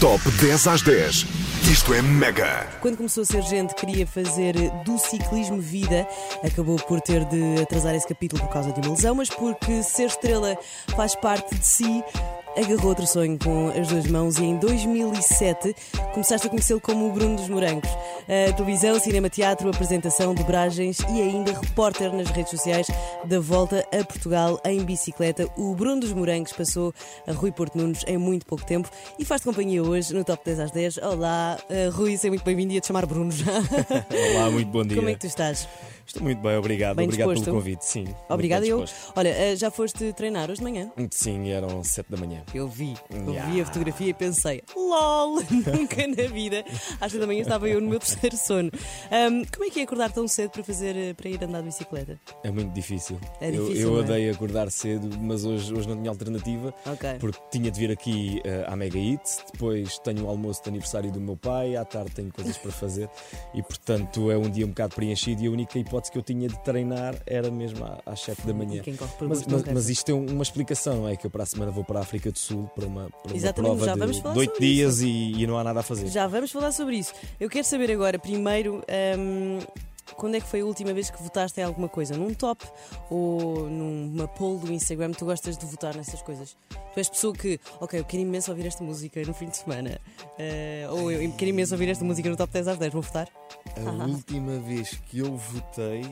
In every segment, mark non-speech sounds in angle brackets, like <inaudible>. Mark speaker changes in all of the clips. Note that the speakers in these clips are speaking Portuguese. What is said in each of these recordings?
Speaker 1: Top 10 às 10. Isto é mega.
Speaker 2: Quando começou a ser gente, queria fazer do ciclismo vida. Acabou por ter de atrasar esse capítulo por causa de uma lesão, mas porque ser estrela faz parte de si. Agarrou outro sonho com as duas mãos e em 2007 começaste a conhecê-lo como o Bruno dos Morangos. Ah, televisão, cinema, teatro, apresentação, dobragens e ainda repórter nas redes sociais da volta a Portugal em bicicleta. O Bruno dos Morangos passou a Rui Porto Nunes em muito pouco tempo e faz-te companhia hoje no Top 10 às 10. Olá, ah, Rui, seja muito bem-vindo e a te chamar Bruno
Speaker 3: <laughs>
Speaker 2: já.
Speaker 3: Olá, muito bom dia.
Speaker 2: Como é que tu estás?
Speaker 3: Estou muito bem, obrigado.
Speaker 2: Bem
Speaker 3: obrigado
Speaker 2: disposto?
Speaker 3: pelo convite, sim. muito
Speaker 2: Obrigada,
Speaker 3: bem
Speaker 2: eu.
Speaker 3: disposto.
Speaker 2: Olha, ah, já foste treinar hoje de manhã?
Speaker 3: Sim, eram 7 da manhã.
Speaker 2: Eu vi, eu
Speaker 3: Yeah.
Speaker 2: vi a fotografia e pensei, LOL, <laughs> nunca na vida. Às vezes da manhã estava eu no meu terceiro sono. Ahm, como é que é acordar tão cedo para, fazer, eh, para ir andar de bicicleta?
Speaker 3: É muito difícil.
Speaker 2: É
Speaker 3: eu
Speaker 2: difícil,
Speaker 3: eu
Speaker 2: não é?
Speaker 3: odeio acordar cedo, mas hoje, hoje não tinha alternativa.
Speaker 2: Ok.
Speaker 3: Porque tinha de vir aqui eh, à Mega Hit, depois tenho o almoço de aniversário do meu pai, à tarde tenho coisas para fazer e, portanto, é um dia um bocado preenchido e a única hipótese que eu tinha de treinar era mesmo à- às 7 da manhã.
Speaker 2: E quem corre por
Speaker 3: Mas,
Speaker 2: gosto
Speaker 3: mas,
Speaker 2: não cansa.
Speaker 3: mas isto tem uma explicação, não é? Que eu para a semana vou para a África do Sul para uma, para uma
Speaker 2: Exatamente,
Speaker 3: prova
Speaker 2: já vamos
Speaker 3: de,
Speaker 2: falar
Speaker 3: de 8
Speaker 2: sobre isso.
Speaker 3: dias e, e não há nada a fazer.
Speaker 2: Já vamos falar sobre isso. Eu quero saber agora, primeiro, ahm, quando é que foi a última vez que votaste em alguma coisa? Num top ou numa poll do Instagram? Tu gostas de votar nessas coisas? Tu és pessoa que, ok, eu quero imenso ouvir esta música no fim de semana. Ah, ou eu quero imenso ouvir esta música no top 10 às 10. Vou votar?
Speaker 4: A última vez que eu votei.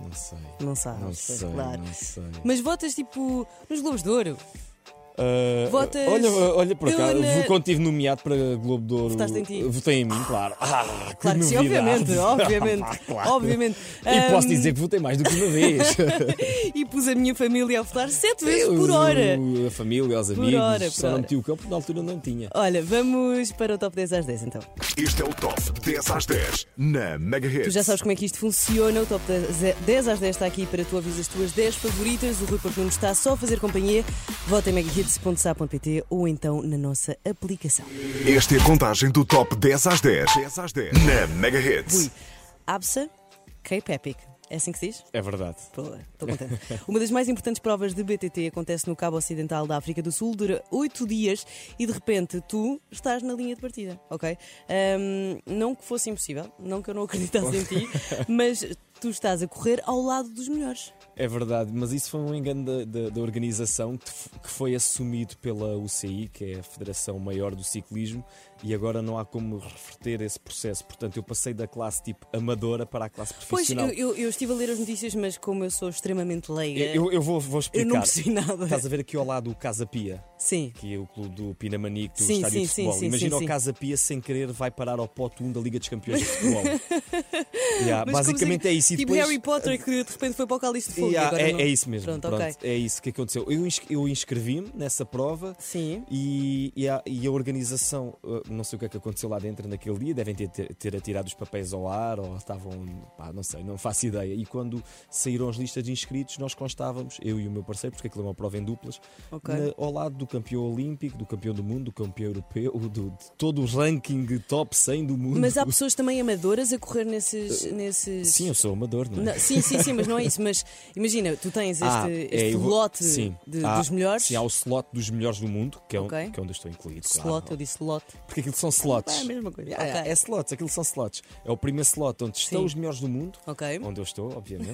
Speaker 3: Não sei.
Speaker 2: Não sabes.
Speaker 3: Não sei,
Speaker 2: claro.
Speaker 3: não sei.
Speaker 2: Mas votas tipo nos Globos de Ouro?
Speaker 3: Ah,
Speaker 2: Votas-
Speaker 3: Olha, olha por
Speaker 2: Eu
Speaker 3: acaso,
Speaker 2: na-
Speaker 3: quando estive nomeado para Globo de Ouro,
Speaker 2: Votaste em ti?
Speaker 3: votei em mim, claro. Ah, que
Speaker 2: Claro que sim,
Speaker 3: novidade.
Speaker 2: obviamente,
Speaker 3: <laughs> Ah,
Speaker 2: obviamente.
Speaker 3: Claro.
Speaker 2: obviamente. Hum,
Speaker 3: E posso
Speaker 2: Ahm,
Speaker 3: dizer que votei mais do que
Speaker 2: <laughs>
Speaker 3: uma vez.
Speaker 2: E pus a minha família a votar sete vezes
Speaker 3: Eu,
Speaker 2: por hora.
Speaker 3: A família, os amigos,
Speaker 2: hora, por
Speaker 3: só
Speaker 2: hora.
Speaker 3: não meti o campo, na altura não tinha.
Speaker 2: Olha, vamos para o top 10 às 10 então.
Speaker 1: Este é o Top 10 às 10 na Mega Hits.
Speaker 2: Tu já sabes como é que isto funciona. O top 10, 10 às 10 está aqui para tu avisas as tuas 10 favoritas. O Rui Porto Nuno está só a fazer companhia. Vota em megahits.sa.pt ou então na nossa aplicação.
Speaker 1: Esta é a contagem do Top 10 às 10. 10 às 10 na Mega Hits.
Speaker 2: Rui, Absa, Cape Epic. É assim que se diz?
Speaker 3: É verdade.
Speaker 2: Boa, Estou contente. <laughs> Uma das mais importantes provas de BTT acontece no Cabo Ocidental da África do Sul, dura oito dias e de repente tu estás na linha de partida, ok? Ahm, não que fosse impossível, não que eu não acreditasse em
Speaker 3: <laughs>
Speaker 2: ti, mas tu estás a correr ao lado dos melhores.
Speaker 3: É verdade, mas isso foi um engano da, da- da organização que, f- que foi assumido pela UCI, que é a Federação Maior do Ciclismo, e agora não há como reverter esse processo. Portanto, eu passei da classe tipo amadora para a classe
Speaker 2: Pois, eu,
Speaker 3: profissional.
Speaker 2: eu, eu estive a ler as notícias, mas como eu sou extremamente leiga,
Speaker 3: Eu, eu vou, vou
Speaker 2: eu
Speaker 3: explicar.
Speaker 2: não percebi nada.
Speaker 3: Estás a ver aqui ao lado o Casa Pia,
Speaker 2: Sim,
Speaker 3: que é o clube do Pinamanique, do
Speaker 2: Sim,
Speaker 3: estádio
Speaker 2: sim,
Speaker 3: de futebol.
Speaker 2: sim, sim,
Speaker 3: Imagina
Speaker 2: sim, sim.
Speaker 3: o Casa Pia sem querer vai parar ao pote 1 da Liga dos Campeões
Speaker 2: <laughs>
Speaker 3: de futebol. Yeah,
Speaker 2: Mas como
Speaker 3: basicamente
Speaker 2: se-
Speaker 3: é isso. E
Speaker 2: tipo
Speaker 3: depois,
Speaker 2: Harry Potter que de repente foi para o cálice de fogo. e
Speaker 3: Yeah,
Speaker 2: agora
Speaker 3: é,
Speaker 2: não.
Speaker 3: é isso mesmo.
Speaker 2: Pronto,
Speaker 3: pronto,
Speaker 2: ok.
Speaker 3: É isso que aconteceu. Eu, ins- eu inscrevi-me nessa prova
Speaker 2: Sim.
Speaker 3: e, e a, e a organização, uh, não sei o que é que aconteceu lá dentro naquele dia, devem ter, ter, ter atirado os papéis ao ar ou estavam, pá, não sei, não faço ideia. E quando saíram as listas de inscritos, nós constávamos, eu e o meu parceiro, porque aquilo é uma prova em duplas,
Speaker 2: Ok.
Speaker 3: na- ao lado do campeão olímpico, do campeão do mundo, do campeão europeu, do, de todo o ranking top 100 do mundo.
Speaker 2: Mas há pessoas também amadoras a correr nesses. nesses...
Speaker 3: Eh, Sim, eu sou amador, não é?
Speaker 2: Não, sim, sim, sim, mas não é
Speaker 3: <laughs>
Speaker 2: isso. Mas imagina, tu tens este,
Speaker 3: Ah, é,
Speaker 2: este
Speaker 3: eu vou-
Speaker 2: lote
Speaker 3: sim.
Speaker 2: de-
Speaker 3: Há-
Speaker 2: dos melhores.
Speaker 3: Sim, há o slot dos melhores do mundo, que é, o-
Speaker 2: Ok.
Speaker 3: que é onde eu estou incluído. claro.
Speaker 2: slot, eu disse lote.
Speaker 3: <laughs> Porque aquilo são slots.
Speaker 2: É a mesma coisa.
Speaker 3: Yeah, yeah,
Speaker 2: Ok.
Speaker 3: É slots, aquilo são slots. É o primeiro slot onde estão
Speaker 2: Sim.
Speaker 3: os melhores do mundo.
Speaker 2: Ok.
Speaker 3: Onde eu estou,
Speaker 2: <laughs>
Speaker 3: obviamente.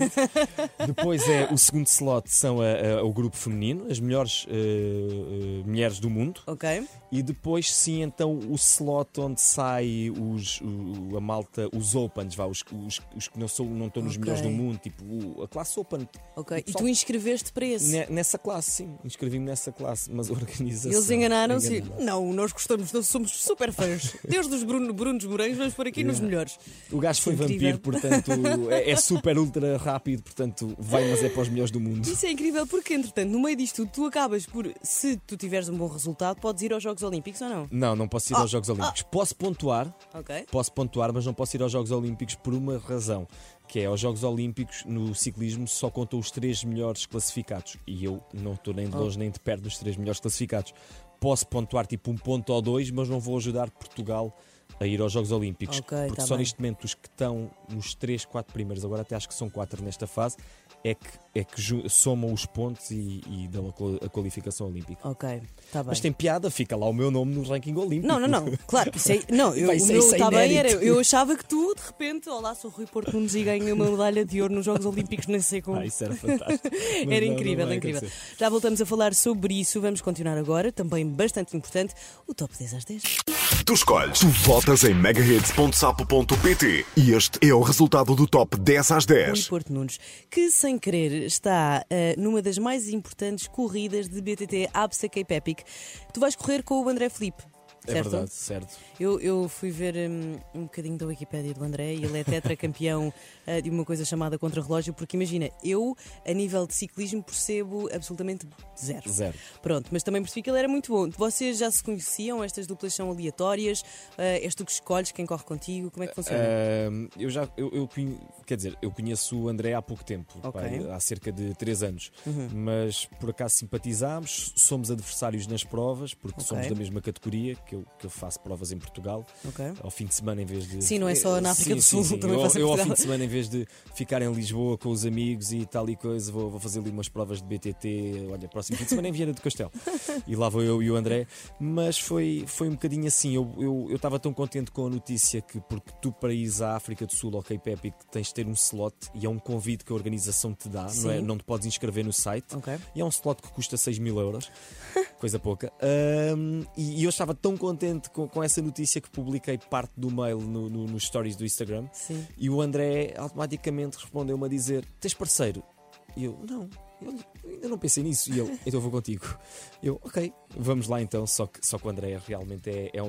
Speaker 3: Depois é o segundo slot, são a- a- o grupo feminino, as melhores eh, eh, mulheres do mundo.
Speaker 2: Ok.
Speaker 3: E depois sim, então o slot onde sai os, o- a malta, os opens, vá, os, os- os que não, são, não estão nos
Speaker 2: Ok.
Speaker 3: melhores do mundo, tipo o- a classe open.
Speaker 2: Ok.
Speaker 3: O
Speaker 2: E
Speaker 3: pessoal-
Speaker 2: tu inscreveste para esse.
Speaker 3: Ne- Nessa classe, sim, inscrevi-me nessa classe, mas a organização.
Speaker 2: Eles enganaram-se. e,
Speaker 3: enganou.
Speaker 2: Não, nós gostamos, nós somos super
Speaker 3: <laughs>
Speaker 2: fãs. Desde os Bruno, Brunos Morangos, vamos por aqui nos melhores.
Speaker 3: O gajo foi
Speaker 2: Incrível.
Speaker 3: vampiro, portanto, é, é super ultra rápido, portanto, vai, mas é para os melhores do mundo.
Speaker 2: Isso é incrível porque, entretanto, no meio disto tudo, tu acabas por, se tu tiveres um bom resultado, podes ir aos Jogos Olímpicos ou não?
Speaker 3: Não, não posso ir
Speaker 2: Oh,
Speaker 3: aos Jogos Olímpicos. Posso pontuar,
Speaker 2: Ok.
Speaker 3: posso pontuar, mas não posso ir aos Jogos Olímpicos por uma razão, que é aos Jogos Olímpicos no ciclismo só contam os três melhores classificados e eu não estou nem de longe
Speaker 2: Oh.
Speaker 3: nem de perto dos três melhores classificados. Posso pontuar tipo um ponto ou dois, mas não vou ajudar Portugal a ir aos Jogos Olímpicos.
Speaker 2: Ok,
Speaker 3: porque
Speaker 2: tá
Speaker 3: só
Speaker 2: bem.
Speaker 3: neste momento os que estão nos 3, 4 primeiros, agora até acho que são 4 nesta fase, é que, é que ju- somam os pontos e, e dão a qual- a qualificação olímpica.
Speaker 2: Ok, está bem.
Speaker 3: Mas tem piada, fica lá o meu nome no ranking olímpico.
Speaker 2: Não, não, não, claro, isso aí- não, eu,
Speaker 3: Vai
Speaker 2: o
Speaker 3: ser-
Speaker 2: meu
Speaker 3: isso é
Speaker 2: está bem, era,
Speaker 3: inédito.
Speaker 2: eu achava que tu, de repente, olá, sou Rui Porto Nunes e ganho uma medalha de ouro nos Jogos Olímpicos, nem sei como.
Speaker 3: Ah, isso era fantástico. Mas
Speaker 2: <laughs> Era
Speaker 3: não,
Speaker 2: incrível,
Speaker 3: não vai
Speaker 2: incrível.
Speaker 3: acontecer.
Speaker 2: Já voltamos a falar sobre isso, vamos continuar agora, também bastante importante, o top 10 às 10.
Speaker 1: Tu escolhes, tu votas em megahits.sapo.pt e este é o resultado do top 10 às
Speaker 2: Rui
Speaker 1: 10.
Speaker 2: Porto Nunes, que sem querer está eh, numa das mais importantes corridas de BTT Absa K-Pepic. Tu vais correr com o André Felipe.
Speaker 3: É
Speaker 2: certo?
Speaker 3: verdade, certo.
Speaker 2: Eu, eu fui ver hum, um, bocadinho da Wikipédia do André e ele é tetracampeão <laughs> eh, de uma coisa chamada contrarrelógio, porque imagina, eu a nível de ciclismo percebo absolutamente zero.
Speaker 3: Zero.
Speaker 2: Pronto, mas também percebi que ele era muito bom. Vocês já se conheciam? Estas duplas são aleatórias? Eh, és tu que escolhes quem corre contigo? Como é que
Speaker 3: Eh,
Speaker 2: funciona?
Speaker 3: Ahm, eu já, eu, eu conhe- quer dizer, eu conheço o André há pouco tempo,
Speaker 2: Ok. Uhum.
Speaker 3: pá, há cerca de 3 anos, mas por acaso simpatizámos, somos adversários nas provas, porque
Speaker 2: Ok.
Speaker 3: somos da mesma categoria, que eu, que eu faço provas em Portugal,
Speaker 2: Ok.
Speaker 3: ao fim de semana em vez de.
Speaker 2: Sim, não é só na
Speaker 3: Sim,
Speaker 2: África do
Speaker 3: sim,
Speaker 2: Sul,
Speaker 3: sim.
Speaker 2: também
Speaker 3: eu,
Speaker 2: faço em
Speaker 3: eu ao fim
Speaker 2: Portugal.
Speaker 3: de semana, em vez de ficar em Lisboa com os amigos e tal e coisa, vou, vou fazer ali umas provas de BTT. Olha, próximo fim de semana em Vieira do Castelo. E lá vou eu e o André. Mas foi, foi um bocadinho assim. Eu estava eu, eu estava tão contente com a notícia que, porque tu, para ires à África do Sul, ao K-Pepic, tens de ter um slot e é um convite que a organização te dá, não, é?
Speaker 2: Sim.
Speaker 3: não te podes inscrever no site.
Speaker 2: Ok.
Speaker 3: E é um slot que custa 6 mil euros, coisa pouca. Ahm, e, e eu estava tão contente com, com essa notícia que publiquei parte do mail no- no- nos stories do Instagram.
Speaker 2: Sim.
Speaker 3: E o André automaticamente respondeu-me a dizer: Tens parceiro? E eu: Não, eu ainda não pensei nisso.
Speaker 2: <laughs>
Speaker 3: E ele: Então eu vou contigo. Eu: Ok, vamos lá então. Só que, só que o André realmente é, é,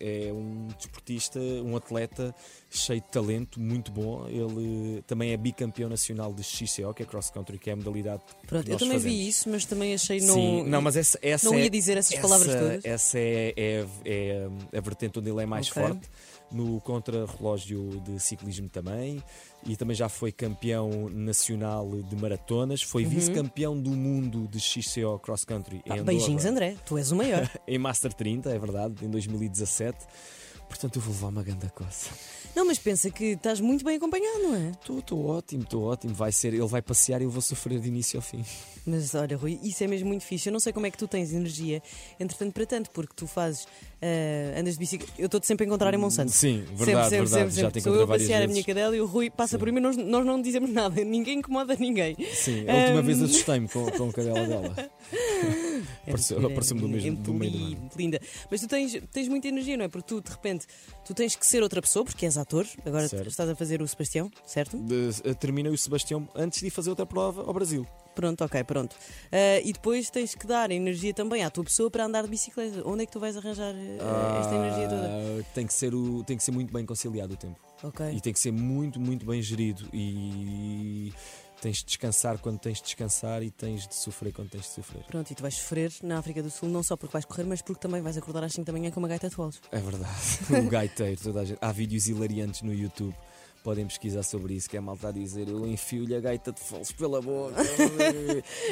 Speaker 3: é- é um desportista, um atleta cheio de talento, muito bom. Ele também é bicampeão nacional de XCO, que é cross country, que é a modalidade.
Speaker 2: Pronto,
Speaker 3: que
Speaker 2: eu
Speaker 3: nós
Speaker 2: também
Speaker 3: fazemos.
Speaker 2: vi isso, mas também achei não.
Speaker 3: Sim, não, mas essa, essa
Speaker 2: não
Speaker 3: é-
Speaker 2: ia dizer essas
Speaker 3: essa-
Speaker 2: palavras todas.
Speaker 3: Essa é, é- é, hum, a vertente onde ele é mais
Speaker 2: Ok.
Speaker 3: forte. No contrarrelógio de ciclismo também. E também já foi campeão nacional de maratonas. Foi vice-campeão do mundo de XCO Cross Country.
Speaker 2: Uhum. Pá,
Speaker 3: em Andorra,
Speaker 2: beijinhos, André, tu és o
Speaker 3: <laughs>
Speaker 2: maior.
Speaker 3: Em Master 30, é verdade, em 2017. Portanto, eu vou levar uma ganda coça.
Speaker 2: não, mas pensa que estás muito bem acompanhado, não é?
Speaker 3: Estou ótimo, estou ótimo. Vai ser, ele vai passear e eu vou sofrer de início ao fim.
Speaker 2: Mas olha, Rui, isso é mesmo muito fixe. Eu não sei como é que tu tens energia, entretanto, para tanto, porque tu fazes. ah, andas de bicicleta. Eu estou-te sempre a encontrar em Monsanto.
Speaker 3: Hum, Sim,
Speaker 2: sempre,
Speaker 3: verdade,
Speaker 2: sempre,
Speaker 3: verdade.
Speaker 2: sempre,
Speaker 3: já
Speaker 2: sempre.
Speaker 3: te
Speaker 2: Sou eu
Speaker 3: encontrei
Speaker 2: a
Speaker 3: várias
Speaker 2: passear a
Speaker 3: vezes.
Speaker 2: minha cadela e o Rui passa por mim, nós, nós não dizemos nada, <laughs> ninguém incomoda ninguém.
Speaker 3: Sim, a última
Speaker 2: Ahm.
Speaker 3: vez assustei-me com, com a
Speaker 2: <laughs>
Speaker 3: cadela dela. Apareceu-
Speaker 2: muito
Speaker 3: apareceu-me do
Speaker 2: grande,
Speaker 3: mesmo-
Speaker 2: é muito
Speaker 3: do meio do
Speaker 2: lindo, linda. Mas tu tens, tens muita energia, não é? Porque tu, de repente, tu tens que ser outra pessoa, porque és ator, agora
Speaker 3: Certo. Hum.
Speaker 2: estás a fazer o Sebastião, certo?
Speaker 3: De- eh, terminei o Sebastião antes de ir fazer outra prova ao Brasil.
Speaker 2: Pronto, ok, pronto. Ah, e depois tens que dar energia também à tua pessoa para andar de bicicleta. Onde é que tu vais arranjar ah, esta energia toda?
Speaker 3: Ah, Tem que, ser o, tem que ser muito bem conciliado o tempo.
Speaker 2: Ok.
Speaker 3: E tem que ser muito, muito bem gerido. E tens de descansar quando tens de descansar e tens de sofrer quando tens de sofrer.
Speaker 2: Pronto, e tu vais sofrer na África do Sul, não só porque vais correr, mas porque também vais acordar às 5 da manhã com uma gaita de foles.
Speaker 3: É verdade. <laughs> o gaiteiro, toda a gente. Há vídeos hilariantes no YouTube. Podem pesquisar sobre isso, que é a malta a dizer eu enfio-lhe a gaita de foles
Speaker 2: <laughs>
Speaker 3: pela boca.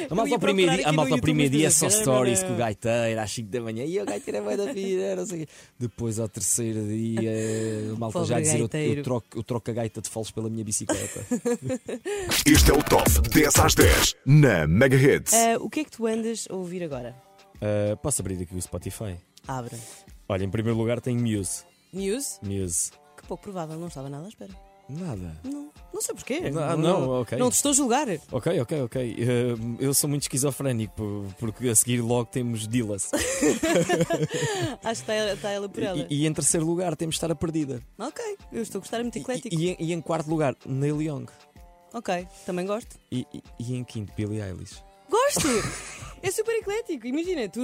Speaker 3: a malta
Speaker 2: ia
Speaker 3: ao primeiro
Speaker 2: procurar aqui
Speaker 3: dia, a
Speaker 2: no
Speaker 3: malta ao
Speaker 2: YouTube,
Speaker 3: primeiro
Speaker 2: mas
Speaker 3: dia é só
Speaker 2: depois eu-
Speaker 3: stories com o gaiteiro às 5 da manhã e o gaiteiro é bem da vida, não sei o quê. Depois ao terceiro dia, a malta
Speaker 2: Pobre
Speaker 3: já a dizer eu,
Speaker 2: gaiteiro.
Speaker 3: eu, troco, eu troco a gaita de foles pela minha
Speaker 2: <laughs>
Speaker 3: bicicleta.
Speaker 1: Este é o top 10 às 10 na megahits.
Speaker 2: Ah, o que é que tu andas a ouvir agora?
Speaker 3: Ah, posso abrir aqui o Spotify?
Speaker 2: Abre.
Speaker 3: Olha, em primeiro lugar tem Muse.
Speaker 2: News?
Speaker 3: Muse.
Speaker 2: Que pouco provável, não estava nada à espera.
Speaker 3: Nada.
Speaker 2: Não, não sei porquê.
Speaker 3: Ah, não, ok.
Speaker 2: Não te estou a julgar.
Speaker 3: Ok, ok, ok. Eh, eu sou muito esquizofrénico, por- porque a seguir logo temos Dillas.
Speaker 2: <laughs> Acho que está ela, está ela por ela.
Speaker 3: E, e em terceiro lugar temos Estar a Perdida.
Speaker 2: Ok, eu estou a gostar, é muito
Speaker 3: E,
Speaker 2: eclético.
Speaker 3: e- e em quarto lugar, Neil Young.
Speaker 2: Ok, também gosto.
Speaker 3: E, e- e em quinto, Billie Eilish.
Speaker 2: Gosto! é super eclético. Imagina, tu,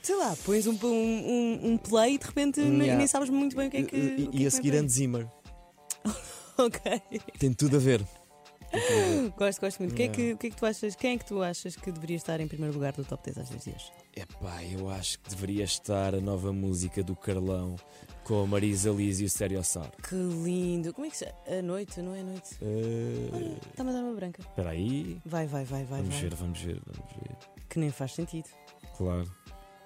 Speaker 2: sei lá, pões um, um, um- um play e de repente nem-
Speaker 3: Yeah.
Speaker 2: nem sabes muito bem o que é que.
Speaker 3: E-
Speaker 2: o
Speaker 3: e
Speaker 2: que é
Speaker 3: e
Speaker 2: que
Speaker 3: a
Speaker 2: vai
Speaker 3: seguir,
Speaker 2: por aí.
Speaker 3: Anne Zimmer.
Speaker 2: Ok,
Speaker 3: Tem tudo a ver. Tem tudo a ver.
Speaker 2: <laughs> gosto, gosto muito. O que, é que,
Speaker 3: Yeah.
Speaker 2: o que é que tu achas? Quem é que tu achas que deveria estar em primeiro lugar do top 10 às 10 dias?
Speaker 3: Epá, eu acho que deveria estar a nova música do Carlão com a Marisa Liz e o Sério Sar.
Speaker 2: Que lindo! Como é que se. A noite, não é a noite? Está-me a dar uma branca.
Speaker 3: Eh, Espera aí.
Speaker 2: Vai, vai, vai, vai.
Speaker 3: Vamos
Speaker 2: vai.
Speaker 3: ver, vamos ver, vamos ver.
Speaker 2: Que nem faz sentido.
Speaker 3: Claro.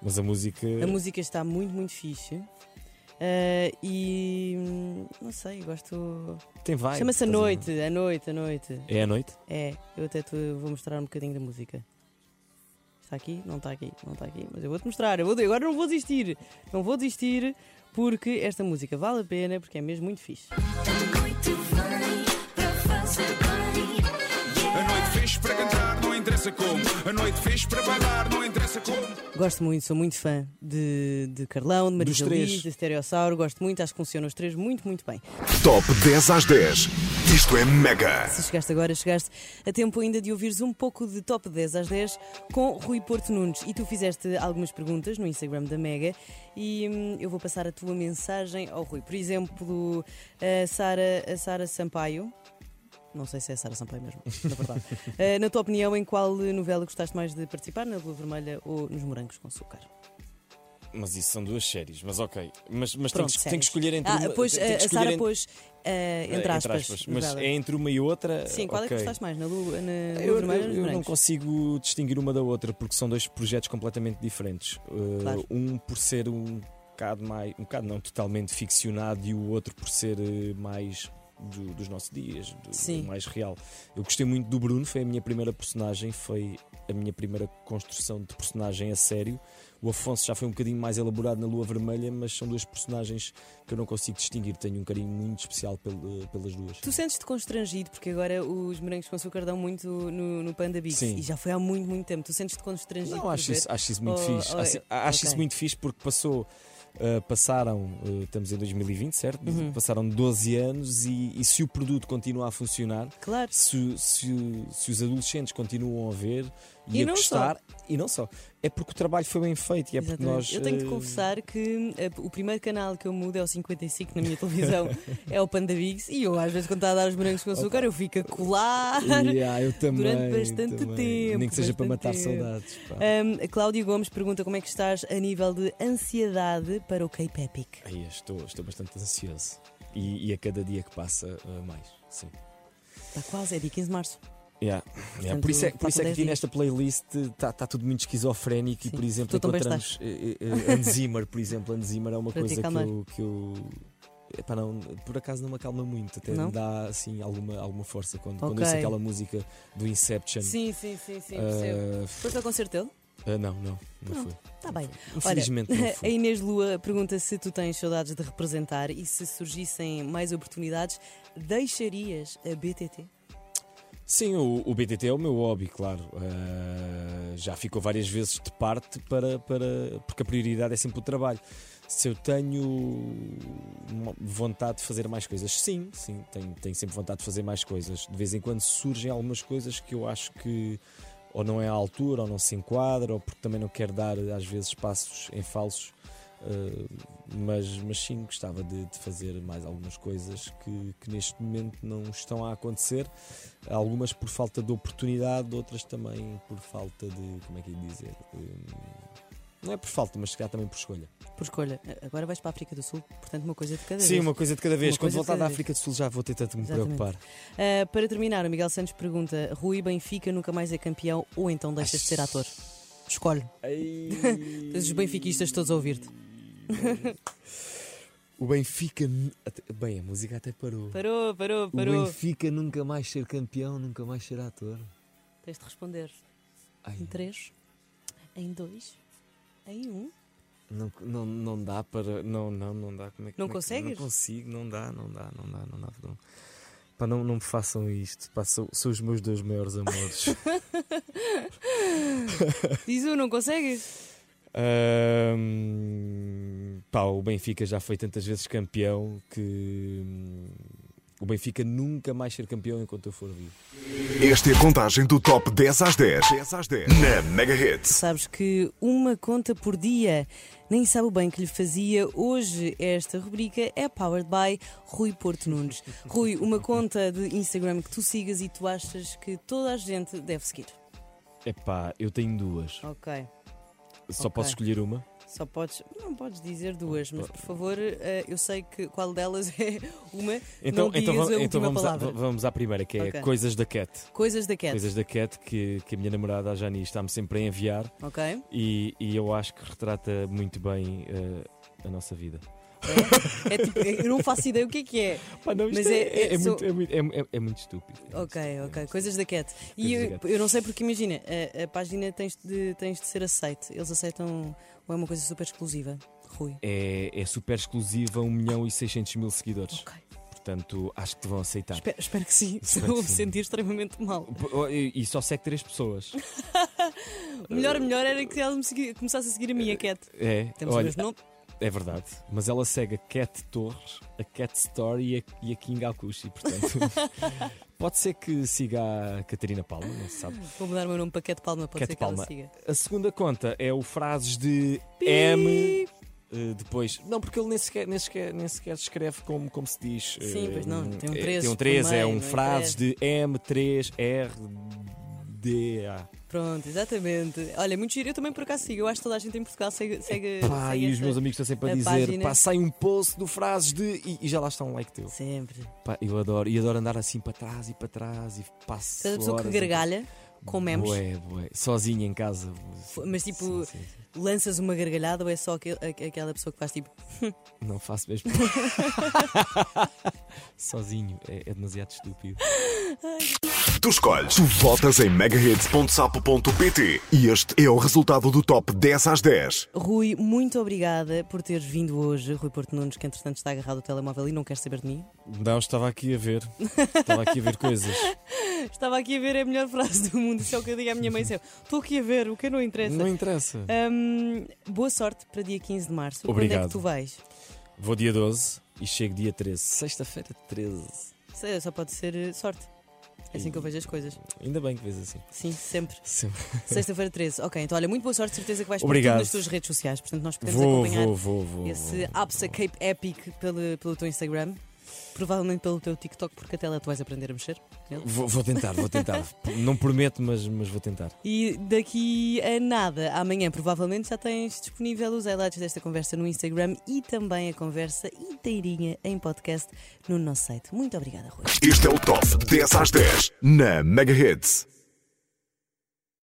Speaker 3: Mas a música.
Speaker 2: A música está muito, muito fixe. Ah, e hum, não sei, gosto.
Speaker 3: Tem vai.
Speaker 2: Chama-se A
Speaker 3: estás a ver?
Speaker 2: Noite, A Noite, A Noite.
Speaker 3: É à noite?
Speaker 2: É, eu até te vou mostrar um bocadinho da música. Está aqui? Não está aqui, não está aqui, mas eu vou-te mostrar. Eu vou, agora não vou desistir, não vou desistir porque esta música vale a pena, porque é mesmo muito fixe.
Speaker 5: A noite vem pra fazer bem.
Speaker 6: A noite fixe para cantar, não interessa como. A noite fixe para bailar, não interessa como.
Speaker 2: Gosto muito, sou muito fã de, de Carlão, de Marisa
Speaker 3: três.
Speaker 2: Liz, de Stereossauro, gosto muito, acho que funcionam os três muito, muito bem.
Speaker 1: Top 10 às 10. Isto é mega.
Speaker 2: Se chegaste agora, chegaste a tempo ainda de ouvires um pouco de Top 10 às 10 com Rui Porto Nunes. E tu fizeste algumas perguntas no Instagram da Mega e hum, eu vou passar a tua mensagem ao Rui. Por exemplo, a Sara, a Sara Sampaio. Não sei se é a Sara Sampaio mesmo, na verdade. Eh, na tua opinião, em qual novela gostaste mais de participar? Na Lua Vermelha ou nos Morangos com Açúcar?
Speaker 3: Mas isso são duas séries, mas ok. Mas, mas
Speaker 2: Pronto,
Speaker 3: tem, que, tem
Speaker 2: séries.
Speaker 3: que escolher entre
Speaker 2: Ah,
Speaker 3: uma.
Speaker 2: pois,
Speaker 3: tem que
Speaker 2: a, a
Speaker 3: escolher
Speaker 2: Sara
Speaker 3: entre-
Speaker 2: pôs eh, entre aspas.
Speaker 3: Mas
Speaker 2: novela.
Speaker 3: é entre uma e outra.
Speaker 2: Sim, qual é que
Speaker 3: ok.
Speaker 2: gostaste mais? Na Lua, na Lua
Speaker 3: Eu,
Speaker 2: Vermelha ou
Speaker 3: eu-
Speaker 2: nos
Speaker 3: eu não
Speaker 2: Morangos?
Speaker 3: consigo distinguir uma da outra porque são dois projetos completamente diferentes. Uh,
Speaker 2: Claro.
Speaker 3: Um por ser um bocado mais, um bocado não, totalmente ficcionado e o outro por ser eh, mais do- dos nossos dias, do-
Speaker 2: Sim.
Speaker 3: mais real. Eu gostei muito do Bruno, foi a minha primeira personagem, foi a minha primeira construção de personagem a sério. O Afonso já foi um bocadinho mais elaborado na Lua Vermelha, mas são duas personagens que eu não consigo distinguir. Tenho um carinho muito especial pel- pelas duas.
Speaker 2: Tu sentes-te constrangido, porque agora os morangos com açúcar dão muito no, no Panda Beats
Speaker 3: Sim.
Speaker 2: e já foi há muito, muito tempo. Tu sentes-te constrangido.
Speaker 3: Não,
Speaker 2: por
Speaker 3: acho
Speaker 2: ver?
Speaker 3: isso, acho isso muito
Speaker 2: Ou-
Speaker 3: fixe.
Speaker 2: ou-
Speaker 3: acho acho isso
Speaker 2: ok.
Speaker 3: muito fixe porque passou. uh, passaram, uh, estamos em 2020, certo?
Speaker 2: Uhum.
Speaker 3: Passaram 12 anos e, e se o produto continua a funcionar,
Speaker 2: Claro.
Speaker 3: se, o- se o- se os adolescentes continuam a ver e,
Speaker 2: E
Speaker 3: a
Speaker 2: não
Speaker 3: gostar, e não só, é porque o trabalho foi bem feito e é porque
Speaker 2: Exatamente.
Speaker 3: nós.
Speaker 2: eu tenho de
Speaker 3: uh,
Speaker 2: confessar que eh, o primeiro canal que eu mudo é o 55 na minha televisão,
Speaker 3: <laughs>
Speaker 2: é o Panda Bigs, e eu às vezes quando está a dar os morangos com açúcar eu fico a
Speaker 3: <laughs>
Speaker 2: colar.
Speaker 3: yeah, eu também,
Speaker 2: <laughs> durante bastante
Speaker 3: também.
Speaker 2: tempo,
Speaker 3: Nem que seja para matar
Speaker 2: bastante tempo. Eh,
Speaker 3: saudades. pá.
Speaker 2: Ahm, a Cláudia Gomes pergunta como é que estás a nível de ansiedade para o Cape Epic.
Speaker 3: Ai, estou, estou bastante ansioso e, e a cada dia que passa, uh, mais. Sim.
Speaker 2: Está quase, é dia 15 de março.
Speaker 3: Yeah, yeah. Por isso é,
Speaker 2: tá
Speaker 3: por isso é que aqui
Speaker 2: faltam dez
Speaker 3: nesta playlist está tudo muito esquizofrénico e,
Speaker 2: Sim.
Speaker 3: por exemplo,
Speaker 2: Tu também
Speaker 3: encontramos eh, eh, eh, Anzimer, por exemplo. Anzimer é uma
Speaker 2: Para te
Speaker 3: coisa que
Speaker 2: acalmar.
Speaker 3: eu, que eu epá, não, por acaso não me acalma muito, até
Speaker 2: Não?
Speaker 3: me dá assim alguma, alguma força quando, quando
Speaker 2: Ok.
Speaker 3: ouço aquela música do Inception.
Speaker 2: Sim, sim, sim, sim,
Speaker 3: Ah,
Speaker 2: percebo.
Speaker 3: f-
Speaker 2: Foste ao concerto dele?
Speaker 3: ah, não, não, não
Speaker 2: Pronto,
Speaker 3: foi.
Speaker 2: Está bem.
Speaker 3: Infelizmente
Speaker 2: <laughs>
Speaker 3: não
Speaker 2: A
Speaker 3: foi.
Speaker 2: Inês Lua pergunta se tu tens saudades de representar e se surgissem mais oportunidades, deixarias a BTT?
Speaker 3: Sim, o, o BTT é o meu hobby, claro. Ah, já ficou várias vezes de parte para, para, porque a prioridade é sempre o trabalho. Se eu tenho uma vontade de fazer mais coisas, sim, sim, tenho, tenho sempre vontade de fazer mais coisas. De vez em quando surgem algumas coisas que eu acho que ou não é à altura, ou não se enquadra, ou porque também não quero dar às vezes passos em falsos. Ah, mas, mas sim, gostava de, de fazer mais algumas coisas que, que neste momento não estão a acontecer. Algumas por falta de oportunidade, outras também por falta de. Como é que ia dizer? Hum, Não é por falta, mas se calhar também por escolha.
Speaker 2: Por escolha. Agora vais para a África do Sul, portanto, uma coisa de cada
Speaker 3: Sim,
Speaker 2: vez.
Speaker 3: uma coisa de cada vez.
Speaker 2: Uma
Speaker 3: Quando
Speaker 2: coisa de
Speaker 3: voltar da
Speaker 2: cada vez.
Speaker 3: África do Sul já vou ter tanto de me
Speaker 2: Exatamente.
Speaker 3: preocupar.
Speaker 2: Ah, para terminar, o Miguel Santos pergunta: Rui Benfica nunca mais é campeão ou então deixas de ser ator? Escolhe. <laughs> Os benfiquistas todos a ouvir-te.
Speaker 3: <laughs> O Benfica. nu- até- Bem, a música até parou.
Speaker 2: Parou, parou,
Speaker 4: O
Speaker 2: parou.
Speaker 4: Benfica nunca mais ser campeão, nunca mais ser ator.
Speaker 2: Tens de responder
Speaker 3: Ai,
Speaker 2: em 3, em 2, em 1. Um.
Speaker 3: não, não, não dá para. Não, não, não dá. Como é que,
Speaker 2: Não
Speaker 3: como é que-
Speaker 2: consegues?
Speaker 3: Não consigo, não dá, não dá, não dá, não dá. Não. Pá, não, não me façam isto. Pá, sou, sou os meus dois maiores
Speaker 2: <laughs>
Speaker 3: amores.
Speaker 2: Diz um, não consegues?
Speaker 3: Ahm, pá, o Benfica já foi tantas vezes campeão que hum, o Benfica nunca mais ser campeão enquanto eu for vivo.
Speaker 1: Esta é a contagem do Top 10 às 10. 10 às 10. Na Mega Hits.
Speaker 2: Sabes que uma conta por dia nem sabe o bem que lhe fazia. Hoje esta rubrica é powered by Rui Porto Nunes. Rui, uma conta de Instagram que tu sigas e tu achas que toda a gente deve seguir.
Speaker 3: Epá, eu tenho duas.
Speaker 2: Ok.
Speaker 3: Só
Speaker 2: Ok.
Speaker 3: posso escolher uma?
Speaker 2: Só podes, não podes dizer duas, mas por favor, eh, eu sei que qual delas <laughs> é uma. não digas
Speaker 3: va-
Speaker 2: a última
Speaker 3: Então, vamos, à,
Speaker 2: palavra.
Speaker 3: va- vamos à primeira, que é
Speaker 2: Ok.
Speaker 3: Coisas da Cat.
Speaker 2: Coisas da Cat.
Speaker 3: Coisas da Cat que, que a minha namorada, a Jani, está-me sempre a enviar
Speaker 2: Ok.
Speaker 3: e, e eu acho que retrata muito bem eh, a nossa vida.
Speaker 2: É tipo, eu não faço ideia o que é que é.
Speaker 3: Pá, não, isto
Speaker 2: Mas é-
Speaker 3: é, é- é
Speaker 2: sou-
Speaker 3: muito, é, muito, é- é- é muito estúpido. É muito
Speaker 2: Ok,
Speaker 3: estúpido.
Speaker 2: ok. Coisas da Cat. E
Speaker 3: Coisas
Speaker 2: eu,
Speaker 3: da Cat.
Speaker 2: eu não sei porque, imagina, a, a página tens de, tens de ser aceite. Eles aceitam ou é uma coisa super exclusiva? Rui.
Speaker 3: É, é super exclusiva, 1 milhão e 600 mil seguidores.
Speaker 2: Ok.
Speaker 3: Portanto, acho que te vão aceitar.
Speaker 2: Espero, espero que sim, senão
Speaker 3: que
Speaker 2: vou me
Speaker 3: sim.
Speaker 2: Tá. sentir extremamente mal.
Speaker 3: <laughs> P- oh, E e só segue três
Speaker 2: <laughs>
Speaker 3: pessoas.
Speaker 2: Melhor, melhor era que ela me segui- começasse a seguir a minha Cat.
Speaker 3: É,
Speaker 2: Temos
Speaker 3: olha,
Speaker 2: o mesmo nome.
Speaker 3: é verdade. Mas ela segue a Cat Torres, a Cat Story e a, e a King
Speaker 2: <laughs>
Speaker 3: Alcushi, portanto. <laughs> pode ser que siga a Catarina Palma, não se sabe.
Speaker 2: Vou mudar o meu nome para Cat Palma, pode
Speaker 3: Cat
Speaker 2: ser que
Speaker 3: Palma.
Speaker 2: ela siga.
Speaker 3: A segunda conta é o Frases de M. eh, depois, não, porque ele nem sequer, nem sequer, nem sequer escreve como, como se diz.
Speaker 2: Sim,
Speaker 3: eh,
Speaker 2: pois não, tem um
Speaker 3: eh,
Speaker 2: três
Speaker 3: Tem um
Speaker 2: por
Speaker 3: 3, é
Speaker 2: meio,
Speaker 3: um
Speaker 2: não
Speaker 3: frases de M3RDA.
Speaker 2: Pronto, exatamente. Olha, muito giro. Eu também por acaso sigo. Eu acho que toda a gente em Portugal segue. segue
Speaker 3: Pá,
Speaker 2: segue
Speaker 3: e os
Speaker 2: esta-
Speaker 3: meus amigos estão sempre a
Speaker 2: a
Speaker 3: dizer:
Speaker 2: página.
Speaker 3: pá, sai um post do frases de. E, e já lá está um like teu.
Speaker 2: Sempre.
Speaker 3: Pá, eu adoro, e adoro andar assim para trás e para trás e passo.
Speaker 2: Tens a pessoa que
Speaker 3: horas
Speaker 2: gargalha
Speaker 3: em-
Speaker 2: com memes.
Speaker 3: Bué, bué. Sozinha em casa.
Speaker 2: Mas, tipo,
Speaker 3: Sim, sim, sim.
Speaker 2: Lanças uma gargalhada ou é só aquele- aqu- aquela pessoa que faz tipo.
Speaker 3: Não faço
Speaker 2: <laughs>
Speaker 3: mesmo. <laughs> Sozinho, é, é demasiado estúpido.
Speaker 1: Tu escolhes, tu votas em megahits.sapo.pt e este é o resultado do top 10 às 10.
Speaker 2: Rui, muito obrigada por teres vindo hoje. Rui Porto Nunes, que entretanto está agarrado ao telemóvel e não quer saber de mim.
Speaker 3: Não, estava aqui a ver. Estava aqui a ver coisas.
Speaker 2: <laughs> Estava aqui a ver a melhor frase do mundo. Isso é o que eu digo à minha mãe sempre. Estou aqui a ver, o que não <laughs> interessa.
Speaker 3: Não interessa.
Speaker 2: Hum, boa sorte para dia 15 de março. Quando é
Speaker 3: Obrigado.
Speaker 2: que tu vais?
Speaker 3: Vou dia 12 e chego dia 13. Sexta-feira 13.
Speaker 2: Sei, Só pode ser eh, sorte. É assim que eu vejo as coisas.
Speaker 3: Ainda bem que vês assim.
Speaker 2: Sim,
Speaker 3: <laughs>
Speaker 2: sempre.
Speaker 3: Sempre.
Speaker 2: Sexta-feira 13. Ok, então olha, muito boa sorte, certeza que vais partir
Speaker 3: Obrigado.
Speaker 2: nas tuas redes sociais. Portanto, nós podemos
Speaker 3: Vou,
Speaker 2: acompanhar
Speaker 3: vou, vou, vou.
Speaker 2: esse Absa Cape Epic pelo, pelo teu Instagram. Provavelmente pelo teu TikTok, porque até lá tu vais aprender a mexer.
Speaker 3: Vou, vou tentar, vou tentar. Não prometo, mas, mas vou tentar.
Speaker 2: E daqui a nada, amanhã, provavelmente já tens disponível os highlights desta conversa no Instagram e também a conversa inteirinha em podcast no nosso site. Muito obrigada, Rui.
Speaker 1: Este é o top 10 às 10 na Megahits.